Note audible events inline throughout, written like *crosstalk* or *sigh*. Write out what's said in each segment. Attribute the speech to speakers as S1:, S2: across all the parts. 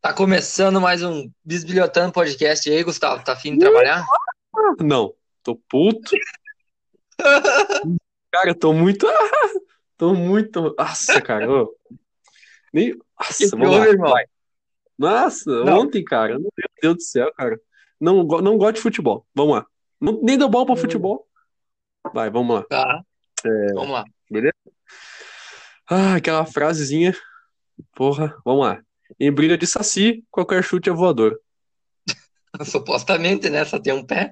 S1: Tá começando mais um Bisbilhotando Podcast. E aí, Gustavo, tá afim de trabalhar?
S2: Ah, Não, tô puto. cara, tô muito. *laughs* ah, tô muito. Nossa, cara. ô. Nem...
S1: Que
S2: Nossa,
S1: que
S2: vamos lá.
S1: houve, irmão?
S2: Nossa,
S1: Não.
S2: ontem, cara. Meu Deus do céu, cara. Não, go- não gosto de futebol. Vamos lá. Não- nem dou bola pra futebol. Vai, vamos lá.
S1: Tá. Vamos lá. *laughs*
S2: Ah, aquela frasezinha. Porra, vamos lá. Em briga de saci, qualquer chute é voador.
S1: Supostamente, né? Só tem um pé,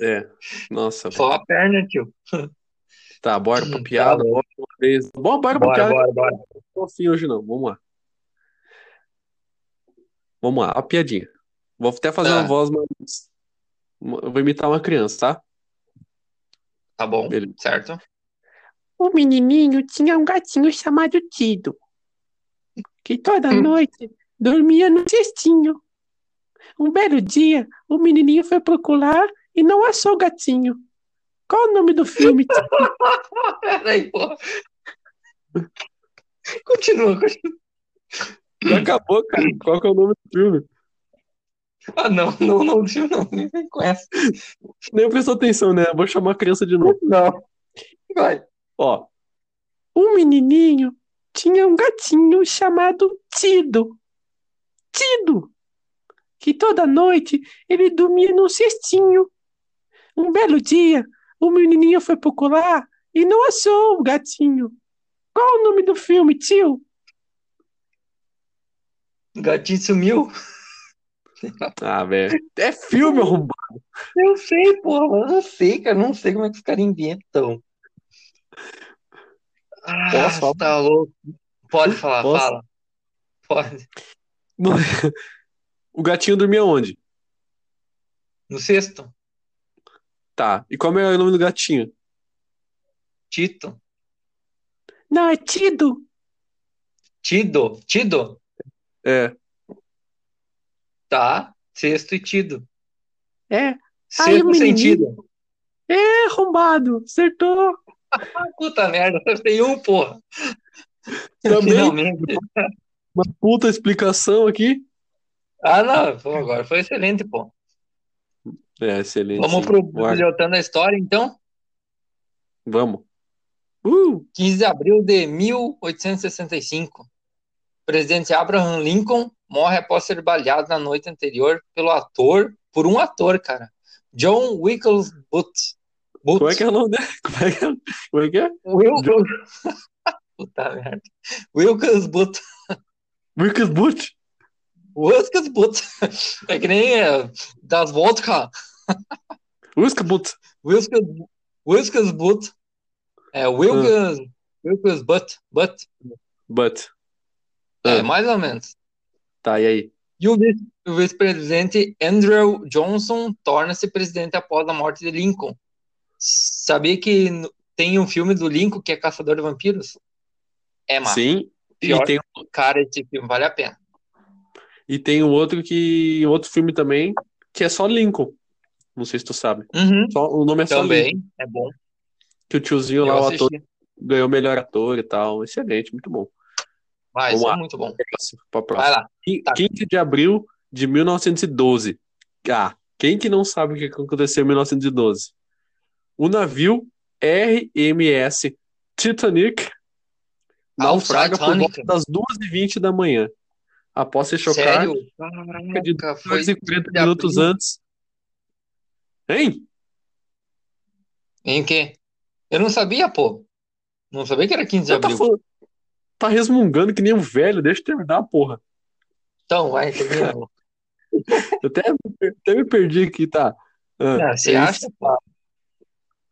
S2: É. Nossa.
S1: só a perna, tio.
S2: Tá, bora pra
S1: Tá
S2: piada.
S1: bom.
S2: Bora, uma vez. Bora, bora pra piada.
S1: bora, bora.
S2: Não, assim hoje não. Vamos lá. Vamos lá, a piadinha. Vou até fazer
S1: Tá.
S2: uma voz mais. uma- Eu vou imitar uma criança, tá?
S1: Tá bom,
S2: Beleza.
S1: certo? *laughs*
S3: O menininho tinha um gatinho chamado Tido, que toda
S1: Hum.
S3: noite dormia no cestinho. Um belo dia, o menininho foi procurar e não achou o gatinho. Qual o nome do filme? Tido?
S1: *laughs* Peraí, pô. Continua, continua.
S2: Já acabou, cara. Qual que é o nome do filme?
S1: Ah, não, não, não, tio, não. Nem vem com essa.
S2: Nem prestou atenção, né? Vou chamar a criança de novo.
S1: Não. Vai.
S2: Ó,
S3: O um menininho tinha um gatinho chamado Tido. Tido! Que toda noite ele dormia num cestinho. Um belo dia, o menininho foi procurar e não achou o gatinho. Qual o nome do filme, tio?
S1: O gatinho sumiu.
S2: ah, velho. É filme, arrombado. *laughs*
S1: Eu sei, porra, mas eu não sei, cara. Não sei como é que os caras inventam. Ah,
S2: Posso falar?
S1: tá louco. Pode falar,
S2: Posso?
S1: fala. Pode.
S2: O gatinho dormia onde?
S1: No sexto,
S2: Tá. E qual é o nome do gatinho?
S1: Tito.
S3: Não, é Tido.
S1: Tido, Tido,
S2: É.
S1: tá? Sexto e Tido.
S3: É, Ai,
S1: Sexto
S3: o menininho.
S1: sentido.
S3: é arrombado. Acertou.
S1: Ah, puta merda, acertei um, *laughs* porra.
S2: Também
S1: Finalmente.
S2: uma puta explicação aqui.
S1: Ah, não, pô, agora foi excelente, pô.
S2: É, excelente.
S1: Vamos pro
S2: Bora.
S1: Pilotando a História, então.
S2: Vamos. Uh!
S1: 15 de abril de 1865. O presidente Abraham Lincoln morre após ser baleado na noite anterior pelo ator, por um ator, cara. John Wickles Booth. Booth.
S2: Como é que é o nome dele? *laughs* Como é que é? Como é que é?
S1: Wilkins. *laughs* Puta merda. Wilkins Booth.
S2: Marcus Butch?
S1: Wilkins Booth. *laughs* É que nem é, das vodka.
S2: Whisky Butch.
S1: Wilkins, Wilkins Booth. É Wilkins,
S2: Ah.
S1: Wilkins Booth. Booth.
S2: But.
S1: É,
S2: Ah.
S1: mais ou menos.
S2: Tá, e aí?
S1: E o vice- o vice-presidente Andrew Johnson torna-se presidente após a morte de Lincoln. Sabia que no- tem um filme do Lincoln que é Caçador de Vampiros? É, massa.
S2: Sim. E
S1: Pior.
S2: tem,
S1: Cara, esse filme vale a pena.
S2: e tem um outro que. Outro filme também, que é só Lincoln. Não sei se tu sabe.
S1: Uhum,
S2: Só, o nome é só Lincoln.
S1: também, é bom.
S2: Que o tiozinho
S1: Eu
S2: lá, o
S1: assisti.
S2: ator, ganhou o melhor ator e tal. Excelente, muito bom.
S1: Vai,
S2: Vamos
S1: isso é
S2: lá.
S1: muito bom.
S2: Próximo, pra
S1: Vai
S2: próxima.
S1: lá.
S2: Quin-
S1: Tá.
S2: 15 de abril de 1912. Ah, quem que não sabe o que aconteceu em 1912? O navio RMS Titanic naufraga por
S1: Titanic.
S2: volta das 2h20 da manhã. Após se chocar
S1: Sério?
S2: cerca de
S1: Caraca, foi
S2: 2 e 40
S1: de
S2: minutos
S1: abril.
S2: antes. Hein?
S1: Em quê? Eu não sabia, pô. Não sabia que era 15 de
S2: Já tá,
S1: abril.
S2: falando- tá resmungando que nem um velho, deixa eu terminar, porra.
S1: Então, vai, termina.
S2: *laughs* Eu até, até me perdi aqui, tá? Ah,
S1: Ah, Você
S2: eles-
S1: acha? pô?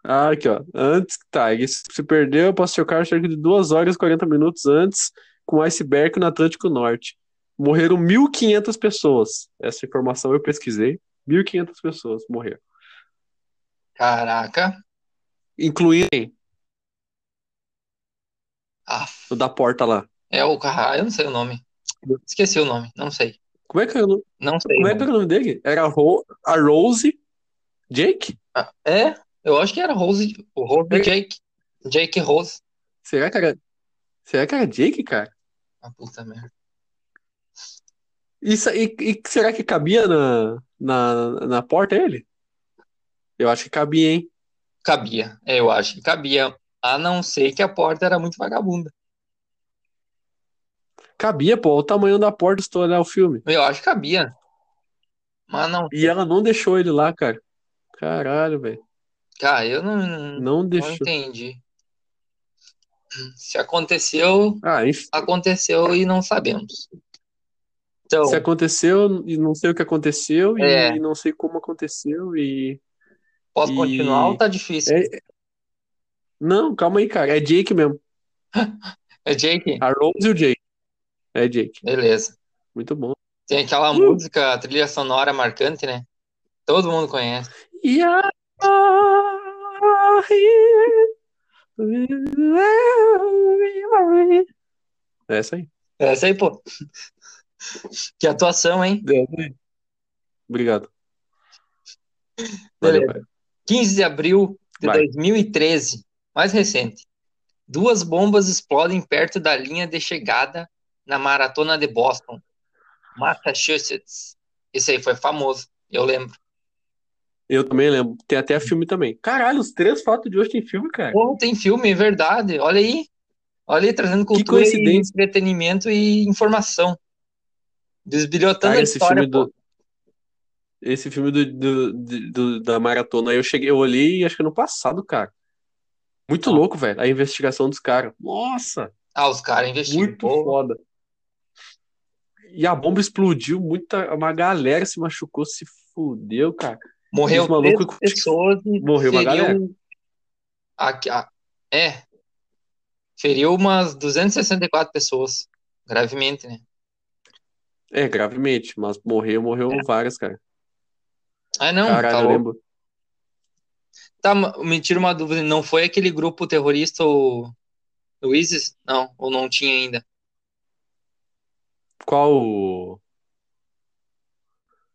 S2: Ah, aqui, ó. Antes, tá, ele se perdeu após chocar cerca de 2 horas e 40 minutos antes com o iceberg no Atlântico Norte. Morreram 1.500 pessoas. Essa informação eu pesquisei. 1.500 pessoas morreram.
S1: Caraca.
S2: Incluindo
S1: Ah,
S2: o da porta lá.
S1: é o cara. Eu não sei o nome. Esqueci o nome. Não sei.
S2: Como é que era o nome,
S1: Não sei.
S2: como é que era o nome dele? Era a, Ro- a Rose Jake?
S1: É? Eu acho que era Rose. O Rose
S2: É.
S1: Jake. Jake Rose.
S2: Será que era, será que era Jake, cara?
S1: Ah, puta merda.
S2: Isso, e, e será que cabia na, na, na porta ele? Eu acho que cabia, hein?
S1: Cabia, é, eu acho que cabia. A não ser que a porta era muito vagabunda.
S2: Cabia, pô, o tamanho da porta se tu olhar o filme.
S1: Eu acho que cabia. Mas não.
S2: E ela não deixou ele lá, cara. Caralho, velho.
S1: Cara, eu não,
S2: Não
S1: não
S2: deixou.
S1: entendi. Se aconteceu,
S2: Ah, enfim.
S1: aconteceu e não sabemos. Então,
S2: Se aconteceu, e não sei o que aconteceu, e
S1: É.
S2: não sei como aconteceu, e.
S1: posso
S2: e-
S1: continuar ou tá difícil?
S2: É- Não, calma aí, cara. É Jake mesmo.
S1: É Jake?
S2: A Rose e o Jake. É Jake.
S1: Beleza.
S2: Muito bom.
S1: Tem aquela
S2: Hum.
S1: música, a trilha sonora marcante, né? Todo mundo conhece.
S2: E a. É Essa aí.
S1: Essa aí, pô. *laughs* Que atuação, hein?
S2: Obrigado. Valeu,
S1: Beleza.
S2: cara.
S1: 15 de abril de
S2: Vai.
S1: 2013, mais recente. Duas bombas explodem perto da linha de chegada na maratona de Boston, Massachusetts. Isso aí foi famoso, eu lembro.
S2: Eu também lembro. Tem até filme também. Caralho, os três fatos de hoje tem filme, cara.
S1: Porra, tem filme, é verdade. Olha aí. Olha aí, trazendo cultura, e
S2: coincidência.
S1: entretenimento e informação. Desbilhotando
S2: Cara,
S1: a
S2: Tá, esse
S1: história,
S2: filme do-
S1: pô.
S2: Esse filme do, do- de- do- da maratona, aí eu cheguei, eu olhei, acho que ano passado, cara. Muito louco, velho. A investigação dos caras. Nossa,
S1: Ah, os caras investigam.
S2: muito
S1: Pô,
S2: foda. E a bomba explodiu, muita, uma galera se machucou, se fudeu, cara.
S1: Morreu
S2: Esse maluco
S1: três pessoas e
S2: Morreu uma galera.
S1: feriu... Aqui, a- é, feriu umas 264 pessoas, gravemente, né?
S2: É, gravemente, mas morreu, morreu várias, cara.
S1: Ah, É. não,
S2: Caralho,
S1: tá
S2: eu
S1: louco.
S2: lembro.
S1: Tá, ma- me tira uma dúvida, não foi aquele grupo terrorista o... do ISIS? Não, ou não tinha ainda?
S2: Qual o.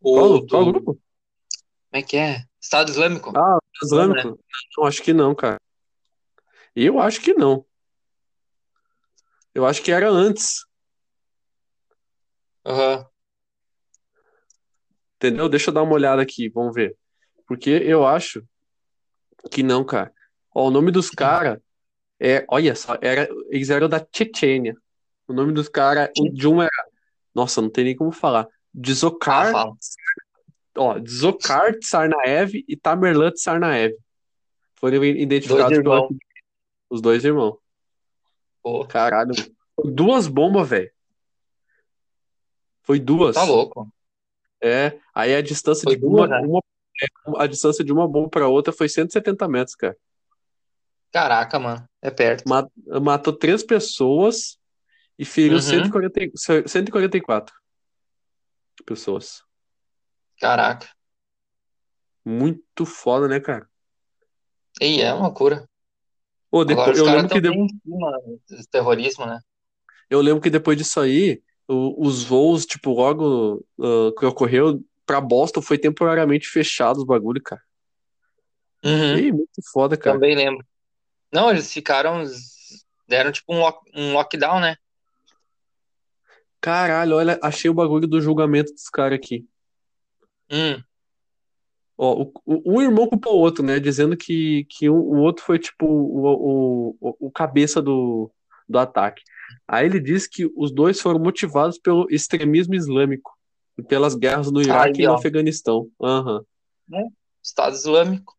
S1: Ou
S2: Qual,
S1: do...
S2: qual
S1: Como
S2: grupo?
S1: é que é? Estado Islâmico?
S2: tá Ah, o
S1: é.
S2: Islâmico? Não, acho que não, cara. Eu acho que não. Eu acho que era antes.
S1: Aham.
S2: Entendeu? Deixa eu dar uma olhada aqui, vamos ver. Porque eu acho que não, cara. Ó, o nome dos caras é. Olha só, era, eles eram da Chechênia. O nome dos caras, de um era. Nossa, não tem nem como falar.
S1: Ah,
S2: Dzokar,
S1: fala.
S2: ó, Dzokar Tsarnaev e Tamerlan Tsarnaev. Foram
S1: Dois
S2: identificados
S1: irmãos.
S2: os dois irmãos.
S1: Pô,
S2: Caralho. Duas bombas, velho. Foi duas.
S1: tá louco.
S2: É, aí a distância
S1: Foi
S2: de uma,
S1: duas, né?
S2: uma- é, a distância de uma bomba para outra foi 170 metros, cara.
S1: Caraca, mano. É perto.
S2: Ma- Matou três pessoas e feriu
S1: Uhum.
S2: 140 e- 144 pessoas.
S1: Caraca.
S2: Muito foda, né, cara?
S1: E é uma loucura.
S2: Ô,
S1: Agora
S2: depois,
S1: os
S2: eu
S1: caras estão
S2: lembro que de-
S1: bem em cima do terrorismo, né?
S2: eu lembro que depois disso aí, o- os voos, tipo, logo ah, que ocorreu para Boston foi temporariamente fechado os bagulho, cara.
S1: Uhum.
S2: Ih, muito foda, cara.
S1: Também lembro. Não, eles ficaram. Deram tipo um, lock- um lockdown, né?
S2: Caralho, olha, achei o bagulho do julgamento dos caras aqui.
S1: Hum,
S2: Ó, o, o- um irmão culpou o outro, né? Dizendo que, que um- o outro foi, tipo, o, o, o- o cabeça do, do ataque. Aí ele diz que os dois foram motivados pelo extremismo islâmico e pelas guerras no Iraque
S1: Aí,
S2: e no
S1: ó.
S2: Afeganistão. Aham.
S1: Estado Islâmico.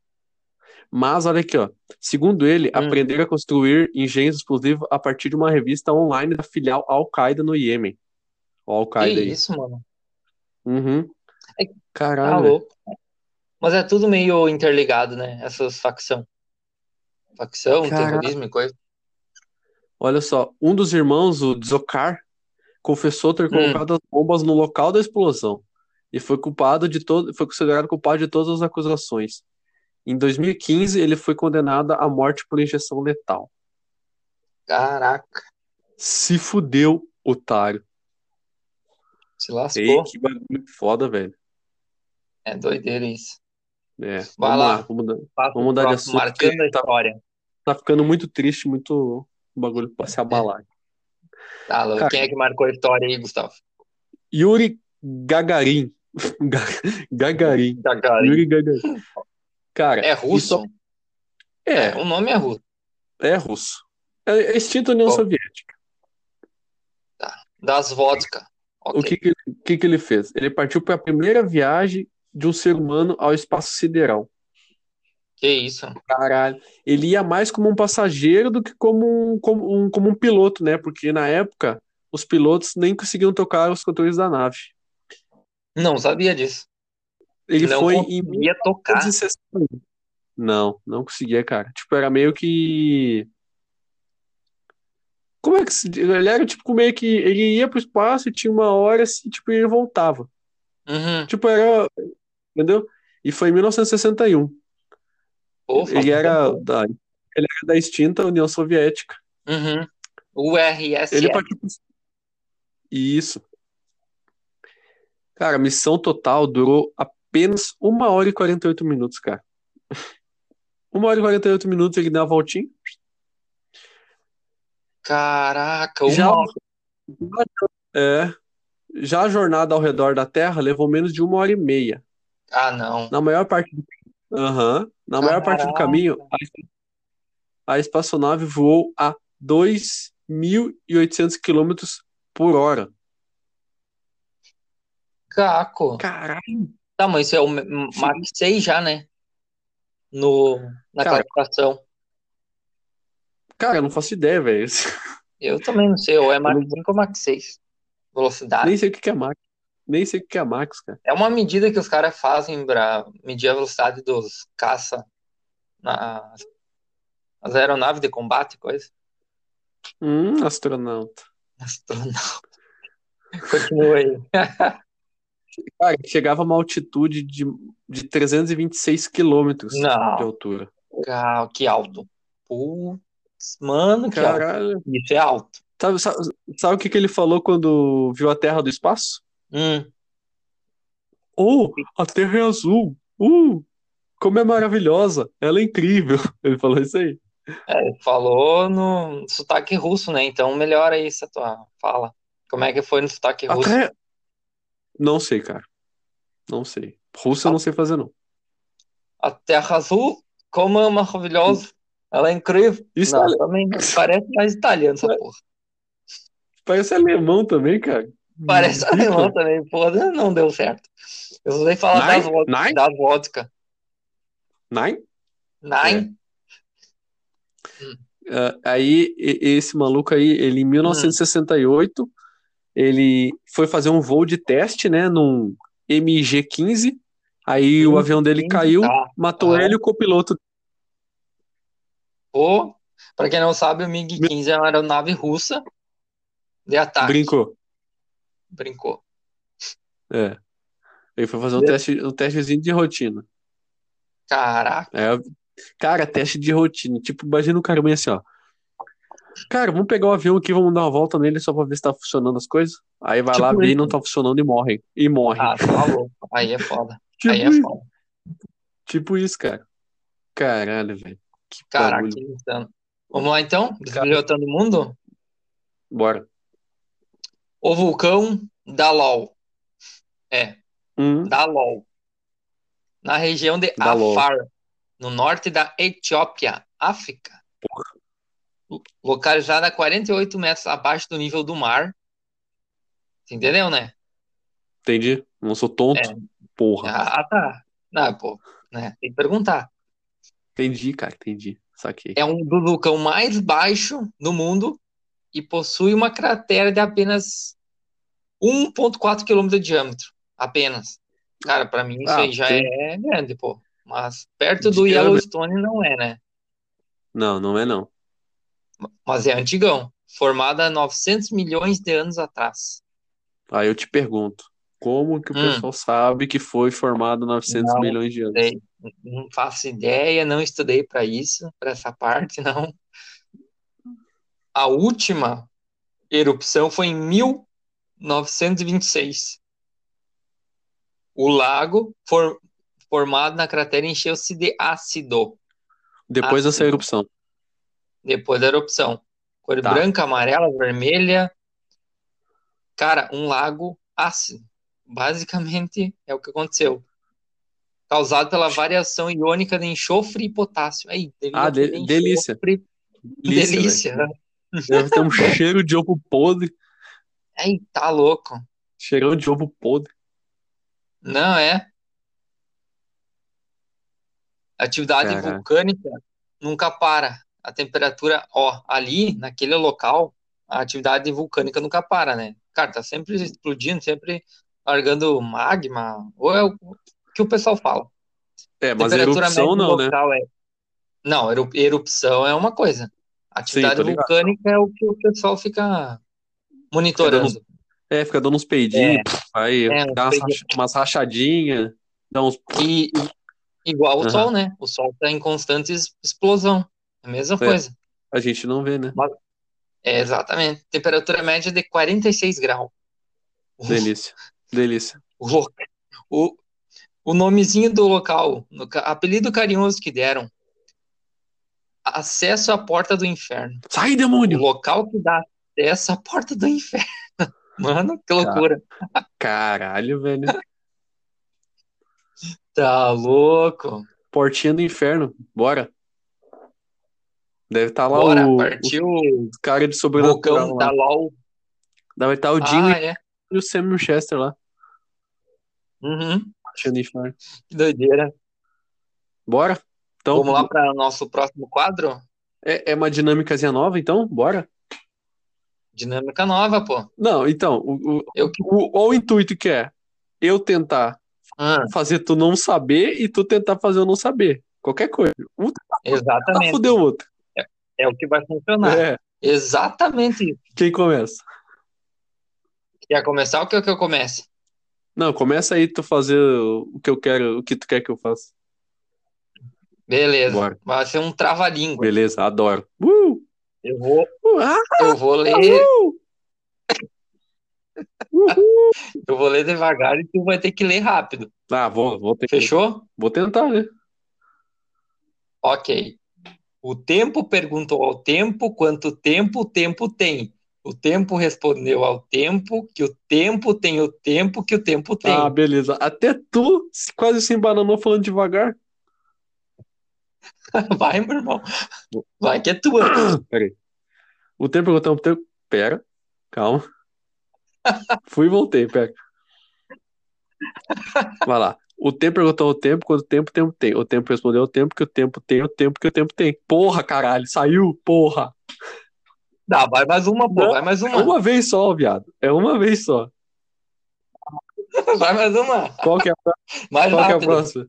S2: Mas olha aqui, ó. Segundo ele,
S1: Hum.
S2: aprenderam a construir engenhos explosivos a partir de uma revista online da filial Al-Qaeda no Iêmen. Ó,
S1: Que
S2: Al-Qaeda aí.
S1: isso, mano.
S2: Uhum.
S1: É- Tá
S2: Caralho, velho.
S1: louco. Mas é tudo meio interligado, né? Essas facção. Facção,
S2: Caraca.
S1: terrorismo e coisa.
S2: Olha só, um dos irmãos, o Dzokar, confessou
S1: Hum.
S2: ter colocado as bombas no local da explosão e foi culpado de todo, foi considerado culpado de todas as acusações. Em 2015, ele foi condenado à morte por injeção letal.
S1: Caraca,
S2: Se fudeu, otário.
S1: se
S2: Ei,
S1: lascou.
S2: que bagulho foda, velho.
S1: É doideira isso.
S2: É,
S1: Vai
S2: vamos
S1: lá.
S2: lá, vamos dar-
S1: Passa
S2: Vamos
S1: pro
S2: mudar de
S1: próximo,
S2: assunto,
S1: Marcando a
S2: tá-
S1: história.
S2: Tá ficando muito triste, muito o bagulho pra se abalar.
S1: Tá louco.
S2: Cara.
S1: Quem é que marcou a história aí, Gustavo?
S2: Yuri Gagarin. *laughs* Ga- Gagarin. Yuri Gagarin. Cara,
S1: É russo?
S2: isso-
S1: É,
S2: é,
S1: o nome é russo.
S2: é russo. É extinta a União
S1: Bom,
S2: Soviética.
S1: Das vodka.
S2: O
S1: Ok.
S2: que que, o que que ele fez? Ele partiu para a primeira viagem de um ser humano ao espaço sideral.
S1: que isso?
S2: Caralho. Ele ia mais como um passageiro do que como um, como um, como um piloto, né? Porque na época, os pilotos nem conseguiam tocar os controles da nave.
S1: Não sabia disso.
S2: Ele
S1: não
S2: foi em
S1: conseguia tá? tocar.
S2: 1961. Não, não conseguia, cara. Tipo, era meio que. Como é que se diz? Ele era tipo meio que. Ele ia pro espaço e tinha uma hora assim, tipo, ele voltava.
S1: Uhum.
S2: Tipo, era. Entendeu? E foi em 1961.
S1: Pô, um
S2: Ele era da, ele era da extinta União Soviética.
S1: Uhum. URSS.
S2: Ele partiu pro- Isso. Cara, a missão total durou apenas 1 hora e 48 minutos, cara. *laughs* 1 hora e 48 minutos ele dá a voltinha.
S1: Caraca, uma
S2: Já,
S1: hora.
S2: é, já a jornada ao redor da Terra levou menos de uma hora e meia.
S1: Ah, não.
S2: Na maior parte do, Aham. Na maior parte do
S1: Caraca.
S2: caminho, a, a espaçonave voou a 2.800 km por hora.
S1: Caco.
S2: Caralho,
S1: Tá, mas isso é o M- M-
S2: Sim.
S1: Mach 6 já, né? No, na
S2: Cara.
S1: classificação.
S2: cara, eu não faço ideia, velho.
S1: Eu também não sei, ou é Mach
S2: não
S1: 5 ou Mach 6. Velocidade.
S2: Nem sei o que que é Max. Nem sei o que que é Max, cara.
S1: É uma medida que os caras fazem pra medir a velocidade dos caça na, as aeronaves de combate, coisa. *laughs*
S2: Hum, astronauta.
S1: Astronauta. Continua aí.
S2: Cara, chegava a uma altitude de, de 326 quilômetros de
S1: Não.
S2: altura.
S1: Cal- Que alto. Putz, mano, que alto.
S2: Caralho.
S1: Isso é alto.
S2: Sabe, sabe, sabe o que, que ele falou quando viu a Terra do espaço?
S1: Hum,
S2: Oh, a Terra é azul. Uh, como é maravilhosa. Ela é incrível. *laughs* Ele falou isso aí.
S1: falou no sotaque russo, né? Então melhora aí essa tua fala. Como é que foi no sotaque
S2: A
S1: russo?
S2: Terra... é- Não sei, cara. Não sei. Russo eu não sei fazer, não.
S1: A Terra Azul, como é maravilhoso. Ela é incrível.
S2: Isso
S1: Não, também parece mais italiano essa porra.
S2: parece alemão também, cara.
S1: Parece alemão também, porra, não deu certo. Eu só sei falar
S2: Nein,
S1: das vodka.
S2: nein.
S1: Das vodka.
S2: Nein?
S1: Nine.
S2: Ah, aí, e- esse maluco aí, ele em
S1: Ah.
S2: 1968, ele foi fazer um voo de teste, né, num MiG-15. Aí o avião dele caiu,
S1: Tá.
S2: matou
S1: Ah.
S2: ele e o copiloto.
S1: Pô, pra quem não sabe, o MiG-15 é uma aeronave russa de ataque.
S2: Brincou.
S1: Brincou.
S2: É. Ele foi fazer um
S1: É.
S2: teste, um testezinho de rotina.
S1: Caraca.
S2: Aí, eu- cara, teste de rotina. Tipo, imagina o cara meio assim, ó. Cara, vamos pegar o avião aqui, vamos dar uma volta nele só pra ver se tá funcionando as coisas. Aí vai lá
S1: Tipo
S2: ver e
S1: isso.
S2: não tá funcionando e morre. E morre.
S1: Ah, tá louco. Aí é foda.
S2: Tipo
S1: Aí é
S2: isso.
S1: foda.
S2: Tipo isso, cara. Caralho, velho. Que
S1: Caraca,
S2: bagulho.
S1: que insano. Vamos lá então? Desbilhotando o mundo?
S2: Bora.
S1: O vulcão da LOL. É,
S2: Hum,
S1: da LOL. Na região de
S2: Dalol.
S1: Afar, no norte da Etiópia, África. Lo- Localizada a 48 metros abaixo do nível do mar. Você entendeu, né?
S2: entendi. Não sou tonto.
S1: É.
S2: Porra.
S1: Ah, tá. Não, pô, né? Tem que perguntar.
S2: Entendi, cara. Entendi. Saquei.
S1: É um do vulcão mais baixo do mundo e possui uma cratera de apenas 1,4 km de diâmetro. Apenas. Cara, pra mim isso
S2: Ah,
S1: aí já
S2: tem-
S1: é grande, pô. Mas perto do
S2: Diâmetro.
S1: Yellowstone não é, né?
S2: Não, não é não.
S1: Mas é antigão. Formada há 900 milhões de anos atrás.
S2: Aí eu te pergunto. Como que o
S1: Hum.
S2: pessoal sabe que foi formado 900
S1: Não
S2: milhões de anos?
S1: Sei, Não faço ideia, não estudei pra isso, pra essa parte, *laughs* não. A última erupção foi em 1926. O lago for- formado na cratera encheu-se de ácido
S2: Depois
S1: Ah,
S2: dessa
S1: sim.
S2: erupção.
S1: *laughs* depois da erupção. Cor
S2: Tá.
S1: branca, amarela, vermelha. Cara, um lago ácido. Basicamente é o que aconteceu. Causado pela variação iônica de enxofre e potássio. Aí, devido
S2: Ah, de-
S1: àquele
S2: delícia.
S1: enxofre-
S2: Delícia,
S1: Delícia. né?
S2: Deve ter um cheiro de ovo podre.
S1: Aí, tá louco.
S2: Cheirão de ovo podre.
S1: Não é? Atividade
S2: Caraca.
S1: vulcânica nunca para. A temperatura, ó, ali, naquele local, a atividade vulcânica nunca para, né? Cara, tá sempre explodindo, sempre largando magma, ou é o que o pessoal fala.
S2: É, mas
S1: Temperatura
S2: erupção
S1: média
S2: não, né?
S1: local é. Não, eru- erupção é uma coisa. Atividade
S2: tô ligado.
S1: vulcânica é o que o pessoal fica monitorando.
S2: É, fica dando uns peidinhos, pff, aí
S1: É, uns
S2: dá umas,
S1: peidinhos.
S2: racha- umas rachadinhas, dá uns.
S1: E igual o
S2: Aham.
S1: Sol, né? O Sol está em constante es- explosão. A mesma coisa.
S2: A gente não vê,
S1: *laughs*
S2: né?
S1: É, exatamente. Temperatura média de 46 graus. O,
S2: Delícia. Delícia.
S1: o, lo- o, o nomezinho do local, no, ca- apelido carinhoso que deram. Acesso à porta do inferno.
S2: Sai,
S1: O
S2: demônio!
S1: local que dá acesso à porta do inferno. *laughs* Mano,
S2: Tá.
S1: que loucura.
S2: Caralho, velho.
S1: Tá louco.
S2: Portinha do inferno. Bora. Deve estar lá
S1: Bora,
S2: o,
S1: partiu tá- o
S2: os caras de sobrenatural.
S1: vulcão
S2: Lá.
S1: da LOL.
S2: Deve estar o Jim
S1: Ah, é.
S2: e o Sam Winchester lá.
S1: Uhum.
S2: Portinha do inferno.
S1: Que doideira.
S2: Bora? Então,
S1: Vamos lá para nosso próximo quadro?
S2: É, é uma dinâmicazinha nova, então? Bora?
S1: Dinâmica nova, pô.
S2: Não, então, o, o,
S1: Eu que.
S2: o, qual o intuito que é eu tentar
S1: Ah,
S2: fazer tu não saber e tu tentar fazer eu não saber. Qualquer coisa. Um tentar
S1: exatamente.
S2: foder o outro.
S1: É o que vai funcionar.
S2: É,
S1: Exatamente isso.
S2: quem começa?
S1: Quer começar ou quer que eu comece?
S2: Não, começa aí tu fazer o que eu quero, o que tu quer que eu faça.
S1: Beleza.
S2: Bora.
S1: Vai ser um trava-língua.
S2: Beleza, adoro. Uh!
S1: Eu vou,
S2: uh, ah,
S1: eu vou ler,
S2: uh! Uhul.
S1: eu vou ler devagar e tu vai ter que ler rápido.
S2: Ah, vou, vou, ter-
S1: Fechou?
S2: vou tentar, né?
S1: Ok. O tempo perguntou ao tempo quanto tempo o tempo tem. O tempo respondeu ao tempo que o tempo tem o tempo que o tempo tem.
S2: Ah, beleza. Até tu se- quase se embananou falando devagar.
S1: *laughs* Vai, meu irmão. Vai que é tua.
S2: Peraí. O tempo perguntou pro tempo. Pera, calma. Fui e voltei, pera. Vai lá. O tempo perguntou o tempo, quanto tempo o tempo tem. O tempo respondeu o tempo que o tempo tem, o tempo que o tempo tem. Porra, caralho, saiu, porra.
S1: Dá, vai mais uma, pô.
S2: Não,
S1: Vai mais
S2: É
S1: uma.
S2: uma vez só, viado. É uma vez só.
S1: Vai mais uma.
S2: Qual que é a,
S1: Mais
S2: qual que é a
S1: rápido.
S2: próxima?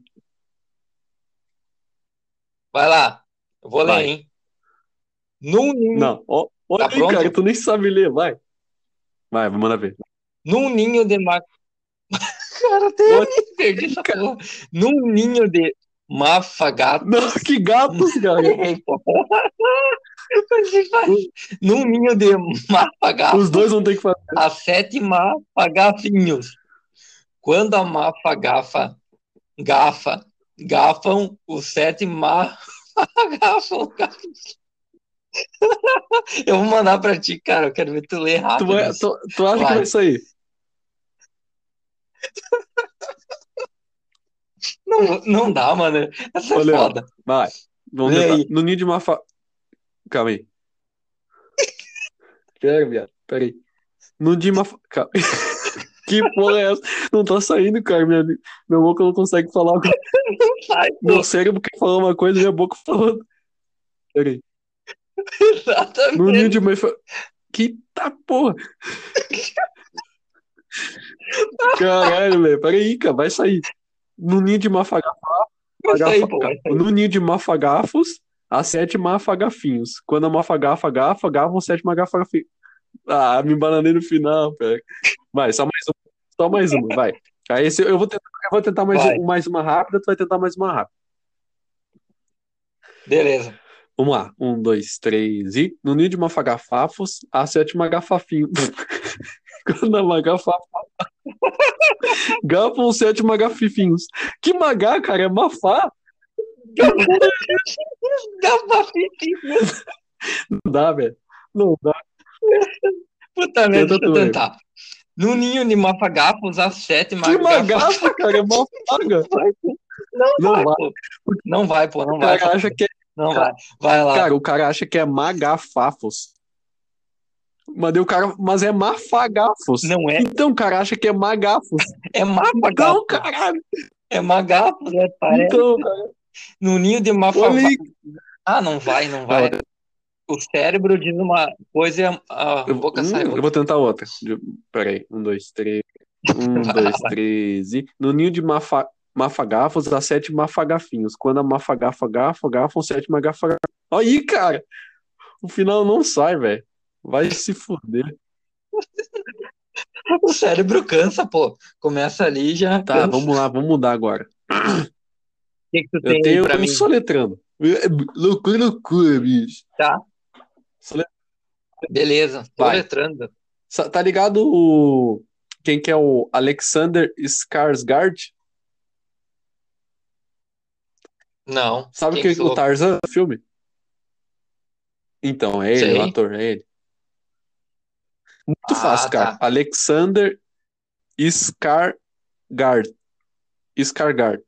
S1: Vai lá. Eu vou
S2: Vai.
S1: ler, hein? Num, ninho-
S2: Não, ó, olha
S1: Tá
S2: aí,
S1: pronto?
S2: cara, tu nem sabe ler, vai. Vai, manda ver.
S1: num ninho de ma... *laughs* Cara, até eu me perdi essa porra. Num ninho de mafagato.
S2: Não, *laughs* que gatos,
S1: *laughs*
S2: cara.
S1: Errei, pô. Eu pensei, vai. Num ninho de mafagato,
S2: Os dois vão ter que fazer.
S1: há sete mafagafinhos. Quando a mafagafa gafa, gafam os sete *laughs* mafagafam. *laughs* Eu vou mandar pra ti, cara. Eu quero ver tu ler
S2: Tu,
S1: rápido.
S2: vai- tu- tu acha que
S1: Vai.
S2: vai sair?
S1: Não, não dá, mano. Essa
S2: Ô,
S1: é
S2: Léo,
S1: foda. *laughs*
S2: Vai. Vamos
S1: Lê
S2: tentar.
S1: aí.
S2: No ninho de uma fa...
S1: *laughs*
S2: Calma aí. Pera, viado. Pera aí. No de uma fa... Calma. *laughs* Que porra é essa? Não tá saindo, cara. Minha, meu boca não consegue falar. agora.
S1: Sai,
S2: *laughs* Meu cérebro quer falar uma coisa, minha boca falando. Pera aí. No ninho
S1: exatamente.
S2: de uma... fa- Que tá porra. Caralho, velho. Pera aí, cara. Vai sair. No ninho de uma fa...
S1: Sai, pô.
S2: No ninho de mafagafos, há sete mafagafinhos. Quando a mafagafa gafa, gafam sete mafagafinhos. Ah, me embananei no final, pera. Vai, só mais uma. Só mais uma, vai. Aí esse- eu vou tentar, eu vou tentar mais,
S1: Vai.
S2: um- mais uma rápida, tu vai tentar mais uma rápida.
S1: Beleza. *laughs*
S2: Vamos lá. Um, dois, três e. No ninho de mafagafafos, há sete magafafinhos. *laughs* Quando a magafa. *laughs* Gafam sete magafifinhos. Que magá, cara? É mafá?
S1: Gabafitinho.
S2: Não dá, velho. Não dá.
S1: Puta merda,
S2: Tenta
S1: deixa eu
S2: tu aí.
S1: tentar. No ninho de mafagafos, as sete
S2: Que
S1: magafas.
S2: magafa, cara, é mal *laughs* paga.
S1: Não,
S2: Não
S1: vai,
S2: vai.
S1: pô. Não vai, pô, não
S2: O
S1: vai.
S2: cara acha que é,
S1: Não vai. Vai lá.
S2: cara, o cara acha que é magafafos. Mas daí o cara, mas é mafagafos.
S1: Não é.
S2: Então o cara acha que é magafos.
S1: É
S2: Então,
S1: mafagafos.
S2: caralho.
S1: É magafos, é parece. é
S2: Então,
S1: No ninho de
S2: olha
S1: mafagafos.
S2: aí.
S1: Ah, não vai, não vai. O cérebro diz uma coisa e a- a
S2: Eu,
S1: boca
S2: hum,
S1: sai
S2: eu
S1: outra.
S2: vou tentar outra. De- Peraí. Um, dois, três.
S1: *laughs*
S2: Um, dois, três e. No ninho de mafa, mafagafos, há sete mafagafinhos. Quando a mafagafa gafa, gafam sete magafa. Olha aí, cara. O final não sai, velho. Vai se fuder.
S1: *laughs* O cérebro cansa, pô. Começa ali e já.
S2: Tá,
S1: cansa.
S2: vamos lá, vamos mudar agora.
S1: O que, que tu
S2: Eu
S1: tem aí
S2: tenho
S1: pra mim?
S2: soletrando. É, Loucura, loucura, bicho.
S1: Beleza, tô
S2: Vai.
S1: letrando.
S2: Sa- Tá ligado o... quem que é o Alexander Skarsgård?
S1: Não.
S2: Sabe
S1: Quem
S2: que
S1: que
S2: o
S1: falou?
S2: Tarzan do filme? Então, é ele,
S1: Sei.
S2: o ator, é ele. Muito
S1: Ah,
S2: fácil, cara. Alexander Skarsgård. Skarsgård.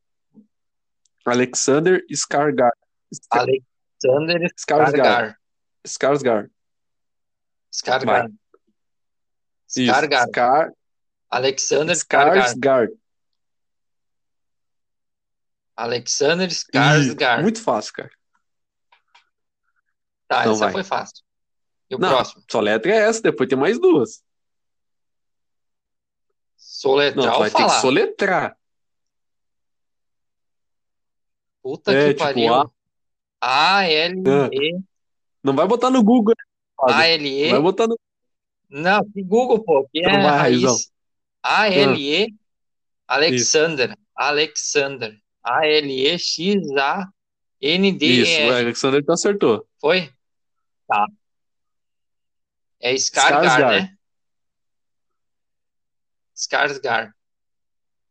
S2: Alexander Skarsgård. Ska-
S1: Alexander
S2: Skarsgård.
S1: Skargar.
S2: Skarsgård.
S1: Skargar.
S2: Isso.
S1: Skargar.
S2: Skar-
S1: Alexander Skargar.
S2: Skarsgård.
S1: Alexander
S2: Ih,
S1: Skarsgård.
S2: Muito fácil, cara.
S1: Tá,
S2: Então
S1: essa
S2: vai.
S1: foi fácil. E o
S2: Não.
S1: próximo?
S2: Só letra é essa, depois tem mais duas. Não,
S1: Soletrar
S2: tu
S1: ou
S2: vai ter que
S1: falar?
S2: soletrar.
S1: Puta
S2: É,
S1: que
S2: tipo,
S1: pariu. É,
S2: A.
S1: A, L,
S2: Ah.
S1: E,
S2: Não vai botar no Google.
S1: A, L, E.
S2: Vai botar no
S1: Não, que Google, pô, que é
S2: Então vai,
S1: raiz.
S2: Raizão.
S1: A-L-E,
S2: Ah.
S1: Alexander, Alexander, A-L-E-X-A-N-D-E-R,
S2: Isso, é. o Alexander tu acertou.
S1: foi? Tá. É Skarsgård,
S2: Skarsgård.
S1: né? Skarsgård.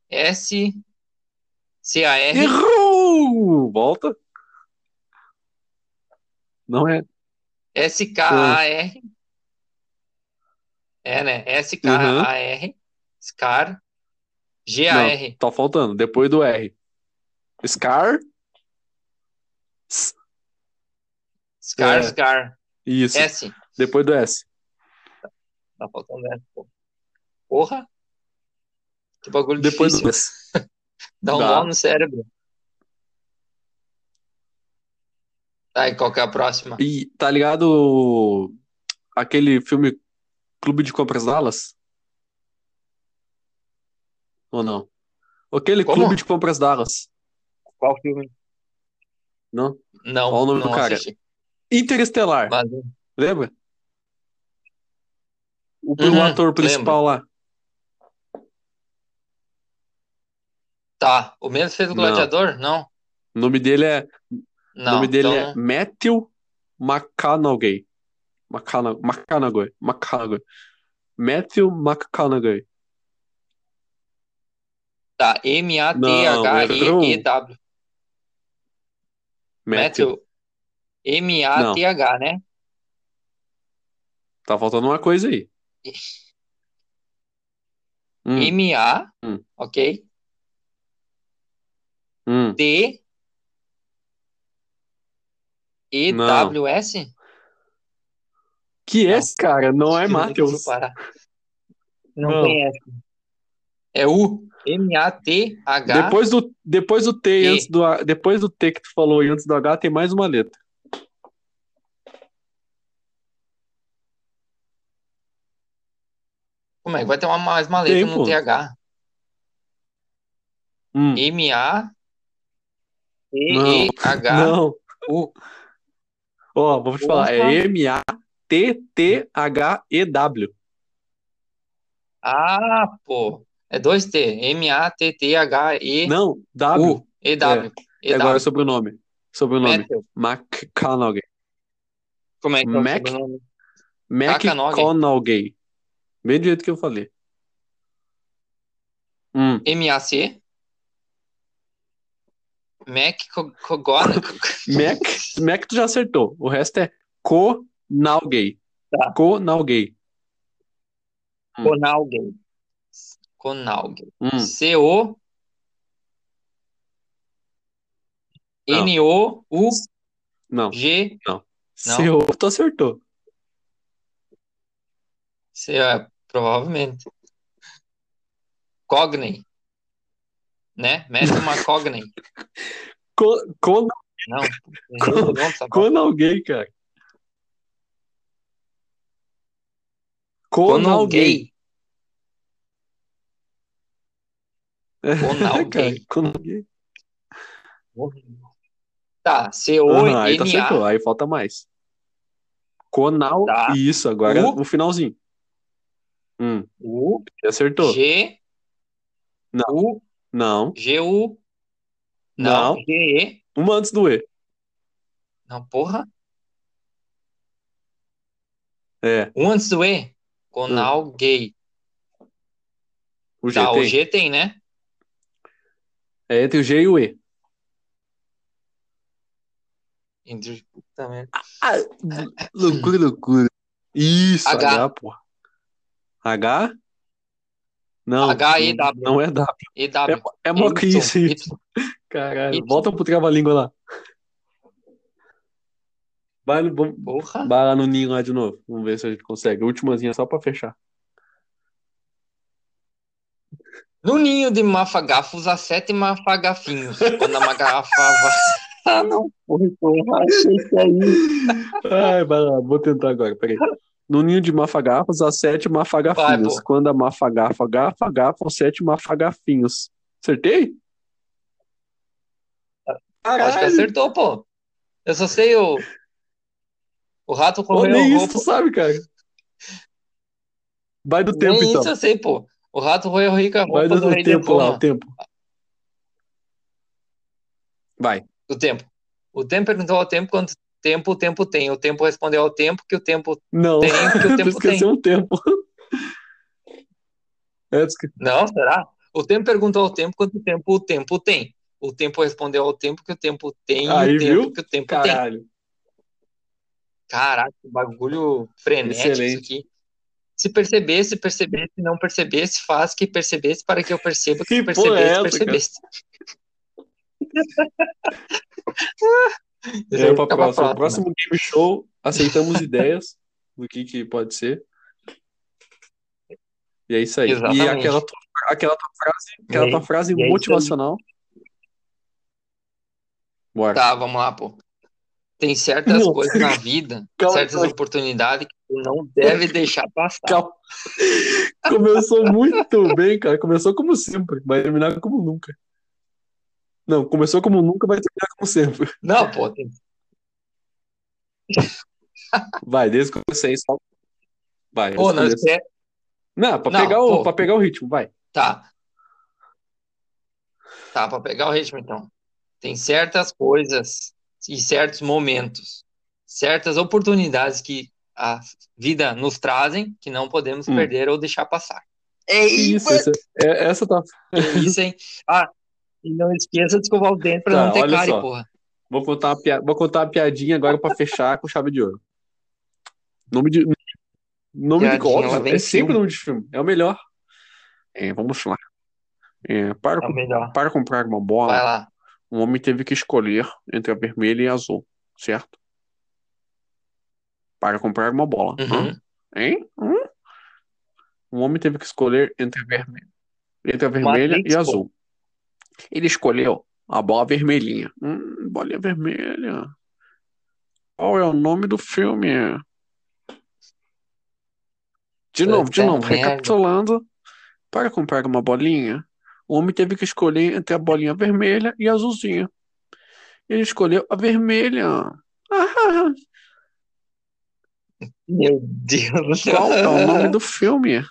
S1: S-C-A-R,
S2: Errou! Volta. Não é.
S1: S-K-A-R, é, né?
S2: Uhum.
S1: S-K-A-R, Skar, G-A-R,
S2: Tá faltando. Depois do R. Scar. S. É.
S1: Skarsgård,
S2: Isso.
S1: S.
S2: Depois do S.
S1: Tá faltando essa, pô. Porra! Que bagulho
S2: Depois
S1: difícil.
S2: do S.
S1: Dá um
S2: Dá.
S1: nó no cérebro. Tá, e qual que é a próxima?
S2: E tá ligado o- aquele filme Clube de Compras Dallas? Ou não? Aquele
S1: Como?
S2: Clube de Compras Dallas.
S1: Qual filme?
S2: Não?
S1: Não,
S2: Qual o nome
S1: não
S2: do cara?
S1: assisti.
S2: Interestelar,
S1: Mas,
S2: lembra? O, o
S1: Uhum,
S2: ator principal lá.
S1: tá, o mesmo fez o
S2: Não.
S1: Gladiador? Não.
S2: O nome dele é, o
S1: Não,
S2: nome dele
S1: então
S2: é Matthew McConaughey. McCona- McConaughey. McConaughey. Matthew McConaughey.
S1: tá.
S2: Não, é
S1: M-A-T-H-E-E-W.
S2: Matthew.
S1: Matthew. M-A-T-H, né?
S2: Tá faltando uma coisa aí. Hum,
S1: M-A,
S2: Hum.
S1: ok?
S2: hum.
S1: T-E-W-S?
S2: Que é esse, cara? Não é
S1: *laughs* Eu não
S2: Matheus.
S1: consigo parar. Não,
S2: Não.
S1: tem essa. É U. M-A-T-H.
S2: Depois do, depois do T, e
S1: E.
S2: antes do A, depois do T que tu falou e antes do H, tem mais uma letra.
S1: Como é que vai ter uma, mais uma letra
S2: Tem,
S1: no
S2: pô.
S1: TH?
S2: Hum.
S1: M-A-T-E-H-U.
S2: Não. Ó, vou te falar.
S1: Porra.
S2: É M-A-T-T-H-E-W.
S1: Ah, pô. É dois T. M-A-T-T-H-E-U.
S2: Não, W.
S1: E-W.
S2: E agora é
S1: E-W.
S2: sobrenome. Sobrenome.
S1: Matthew.
S2: McConaughey.
S1: Como é que é o
S2: Mac-
S1: sobrenome? Cacanaughey.
S2: McConaughey. Bem do jeito que eu falei. Hum.
S1: M-A-C? Mac Cogona.
S2: *laughs* Mac, Mac tu já acertou. O resto é Conalgay.
S1: Tá.
S2: Conalgay.
S1: Conalgay. Conaug.
S2: Hum.
S1: C-O.
S2: Não.
S1: N-O-U-G.
S2: Não.
S1: Não.
S2: Seu, tu acertou.
S1: C- é, provavelmente. Cogney. Né? Matthew
S2: *laughs*
S1: McCogney.
S2: Co- Con-
S1: Não.
S2: Co-
S1: não, tá bom.
S2: Con alguém, cara. Con alguém.
S1: Conaugay.
S2: *laughs* É,
S1: Conaugay.
S2: Con alguém.
S1: Tá.
S2: Aham, aí tu acertou,
S1: C-O-N-A.
S2: aí falta mais. Conal.
S1: Tá.
S2: Isso, agora
S1: U.
S2: o finalzinho. Hum,
S1: U.
S2: acertou.
S1: G.
S2: Não.
S1: U.
S2: Não.
S1: G-U. Não.
S2: Não.
S1: G-E.
S2: Uma antes do E.
S1: Não, porra.
S2: É.
S1: Um antes do E. Conaugay.
S2: Hum. O G
S1: Tá,
S2: tem.
S1: o G tem, né?
S2: É entre o G e o E.
S1: Entre- Puta merda.
S2: Loucura, loucura. Isso,
S1: H.
S2: H, porra. H? Não.
S1: H, E, W.
S2: Não é W.
S1: E W.
S2: É uma
S1: Y,
S2: crise.
S1: Y.
S2: Caralho.
S1: Y.
S2: Volta pro trava-língua lá. Vai, no- vamos-
S1: Porra.
S2: vai lá no ninho lá de novo. Vamos ver se a gente consegue. Ultimazinha só pra fechar.
S1: No ninho de mafagafos, há sete mafagafinhos. Quando a magafa *laughs* vai. Ah, não. Porra, porra. Achei que
S2: é
S1: aí.
S2: Ai, vai lá. Vou tentar agora. Peraí. No ninho de mafagafos, há sete mafagafinhos.
S1: Vai, pô.
S2: Quando a mafagafa gafa, gafa, os sete mafagafinhos. Acertei?
S1: Acho que
S2: Caralho.
S1: acertou, pô. Eu só sei o. O rato
S2: Pô,
S1: comeu
S2: nem
S1: o
S2: isso, tu sabe, cara. Vai do tempo,
S1: Nem
S2: então.
S1: isso eu sei, pô. O rato roeu rica a
S2: Vai
S1: roupa
S2: do,
S1: do rei de
S2: tempo lá, o
S1: Roma.
S2: tempo. Vai.
S1: O tempo. O tempo perguntou ao tempo quanto tempo o tempo tem. O tempo respondeu ao tempo que o tempo
S2: Não,
S1: tem, que o
S2: *laughs* tu
S1: tempo tem.
S2: esqueceu um tempo. É, tu esque-
S1: Não, será? O tempo perguntou ao tempo quanto tempo o tempo tem. O tempo respondeu ao tempo que o tempo tem e
S2: Aí,
S1: o tempo
S2: viu?
S1: que o tempo tem.
S2: Caralho.
S1: Caraca, que bagulho frenético
S2: Excelente.
S1: isso aqui. Se percebesse, percebesse, não percebesse, faz que percebesse para que eu perceba que,
S2: Que
S1: tu
S2: porra é
S1: percebesse,
S2: essa, *laughs*
S1: percebesse.
S2: É, pra
S1: Fica então, pra
S2: próxima.
S1: próxima.
S2: O próximo game show,
S1: *laughs*
S2: aceitamos ideias do que, que pode ser. E é isso aí. E
S1: Exatamente.
S2: aquela tua, aquela tua frase, aquela
S1: E-
S2: tua
S1: e
S2: frase
S1: é isso aí.
S2: motivacional. Bora.
S1: Tá, vamos lá, pô. Tem certas
S2: Não.
S1: coisas na *laughs* vida,
S2: Calma,
S1: certas
S2: calma.
S1: oportunidades que tu não deve deixar passar.
S2: Cal- *laughs* Começou muito bem, cara. Começou como sempre, vai terminar como nunca. Não, começou como nunca, vai terminar como sempre.
S1: Não, pô, tem-
S2: Vai, desde que eu comecei, só. Vai,
S1: pô, não
S2: desde o começo.
S1: esquece.
S2: Não, pra
S1: Não,
S2: pegar o,
S1: pô.
S2: pra pegar o ritmo, vai.
S1: Tá. Tá, para pegar o ritmo, então. Tem certas coisas e certos momentos, certas oportunidades que a vida nos trazem que não podemos
S2: Hum.
S1: perder ou deixar passar. É
S2: Isso, essa, é- essa tá.
S1: É isso, hein? Ah, e não esqueça de escovar o dente pra
S2: Tá,
S1: não ter
S2: olha
S1: cárie,
S2: só.
S1: porra.
S2: Vou contar uma, pia- Vou contar uma piadinha agora pra fechar com chave de ouro. Nome de. Nome de
S1: Piadinha, ela
S2: óbvio,
S1: vem
S2: é
S1: em
S2: sempre
S1: filme.
S2: nome de filme. É o melhor. É, vamos lá. É, para,
S1: É o
S2: com-
S1: melhor.
S2: para comprar uma bola.
S1: Vai lá.
S2: um homem teve que escolher entre a vermelha e a azul, certo? Para comprar uma bola.
S1: Uhum.
S2: Hã? Hein? Hum? Um homem teve que escolher entre a vermelha, entre a vermelha
S1: Matrix,
S2: e a
S1: pô.
S2: azul. Ele escolheu a bola vermelhinha. Hum, bolinha vermelha. Qual é o nome do filme? De
S1: Puta
S2: novo, de novo,
S1: merda.
S2: recapitulando. Para comprar uma bolinha, o homem teve que escolher entre a bolinha vermelha e a azulzinha. Ele escolheu a vermelha. Ah, *laughs*
S1: Meu Deus do céu.
S2: Qual é o nome *laughs* do filme?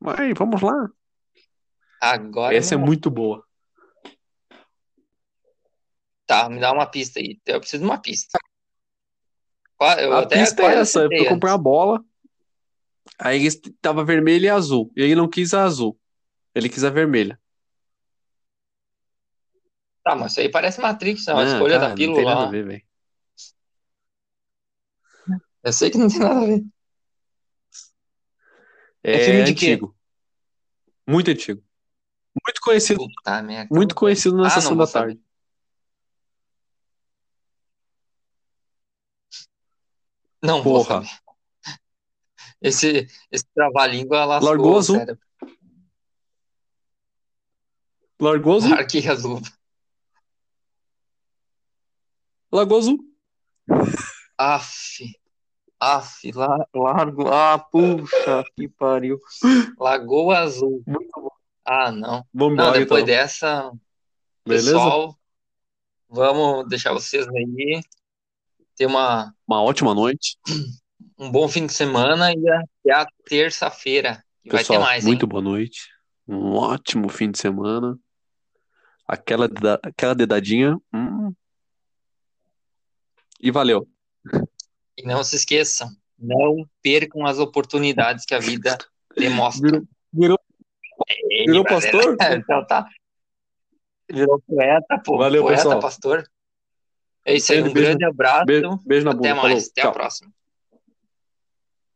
S2: Vai, vamos lá.
S1: Agora
S2: Essa é
S1: não.
S2: muito boa.
S1: Tá, me dá uma pista aí. Eu preciso de uma pista. Qua- Eu
S2: A
S1: até
S2: pista é
S1: quase
S2: essa, ele
S1: acertei
S2: foi comprar a
S1: antes.
S2: bola. Aí ele tava vermelha e azul. E ele não quis a azul. Ele quis a vermelha.
S1: Tá, mas isso aí parece Matrix, não. A
S2: Ah,
S1: escolha
S2: cara,
S1: da
S2: não tem
S1: pílula.
S2: nada a
S1: lá.
S2: ver, velho.
S1: Eu sei que não tem nada a ver.
S2: É,
S1: filme de quê?
S2: antigo. É Muito antigo. Muito conhecido,
S1: Puta merda.
S2: muito conhecido na
S1: Ah,
S2: sessão
S1: não
S2: da
S1: vou
S2: tarde.
S1: saber. Não vou
S2: Porra.
S1: saber. Esse, esse trava-língua lascou
S2: Largou
S1: o
S2: azul.
S1: cérebro. *laughs*
S2: Largou azul.
S1: Larguei azul.
S2: Largou azul.
S1: Aff. Aff. La,
S4: Largo. Ah, puxa, que pariu.
S1: Lagoa Azul.
S2: Muito bom.
S1: Ah, não.
S2: Vamos
S1: Não,
S2: embora,
S1: depois
S2: então.
S1: dessa,
S2: Beleza?
S1: pessoal, vamos deixar vocês aí. Ter uma,
S2: Uma ótima noite.
S1: um bom fim de semana e até a terça-feira. que vai ter
S2: Pessoal,
S1: mais, hein?
S2: muito boa noite. Um ótimo fim de semana. Aquela, deda- aquela dedadinha. hum. E valeu.
S1: E não se esqueçam, não percam as oportunidades que a
S2: *laughs*
S1: vida demonstra.
S2: Virou- virou-
S1: Ei,
S2: virou
S1: galera.
S2: pastor?
S1: Então tá. Virou poeta, pô.
S2: Valeu,
S1: poeta,
S2: pessoal.
S1: pastor. É isso aí, um
S2: Beijo, beijo.
S1: grande abraço. *laughs*
S2: Be- Beijo na
S1: Até
S2: bunda.
S1: mais,
S2: Falou.
S1: até a
S2: Tchau.
S1: próxima.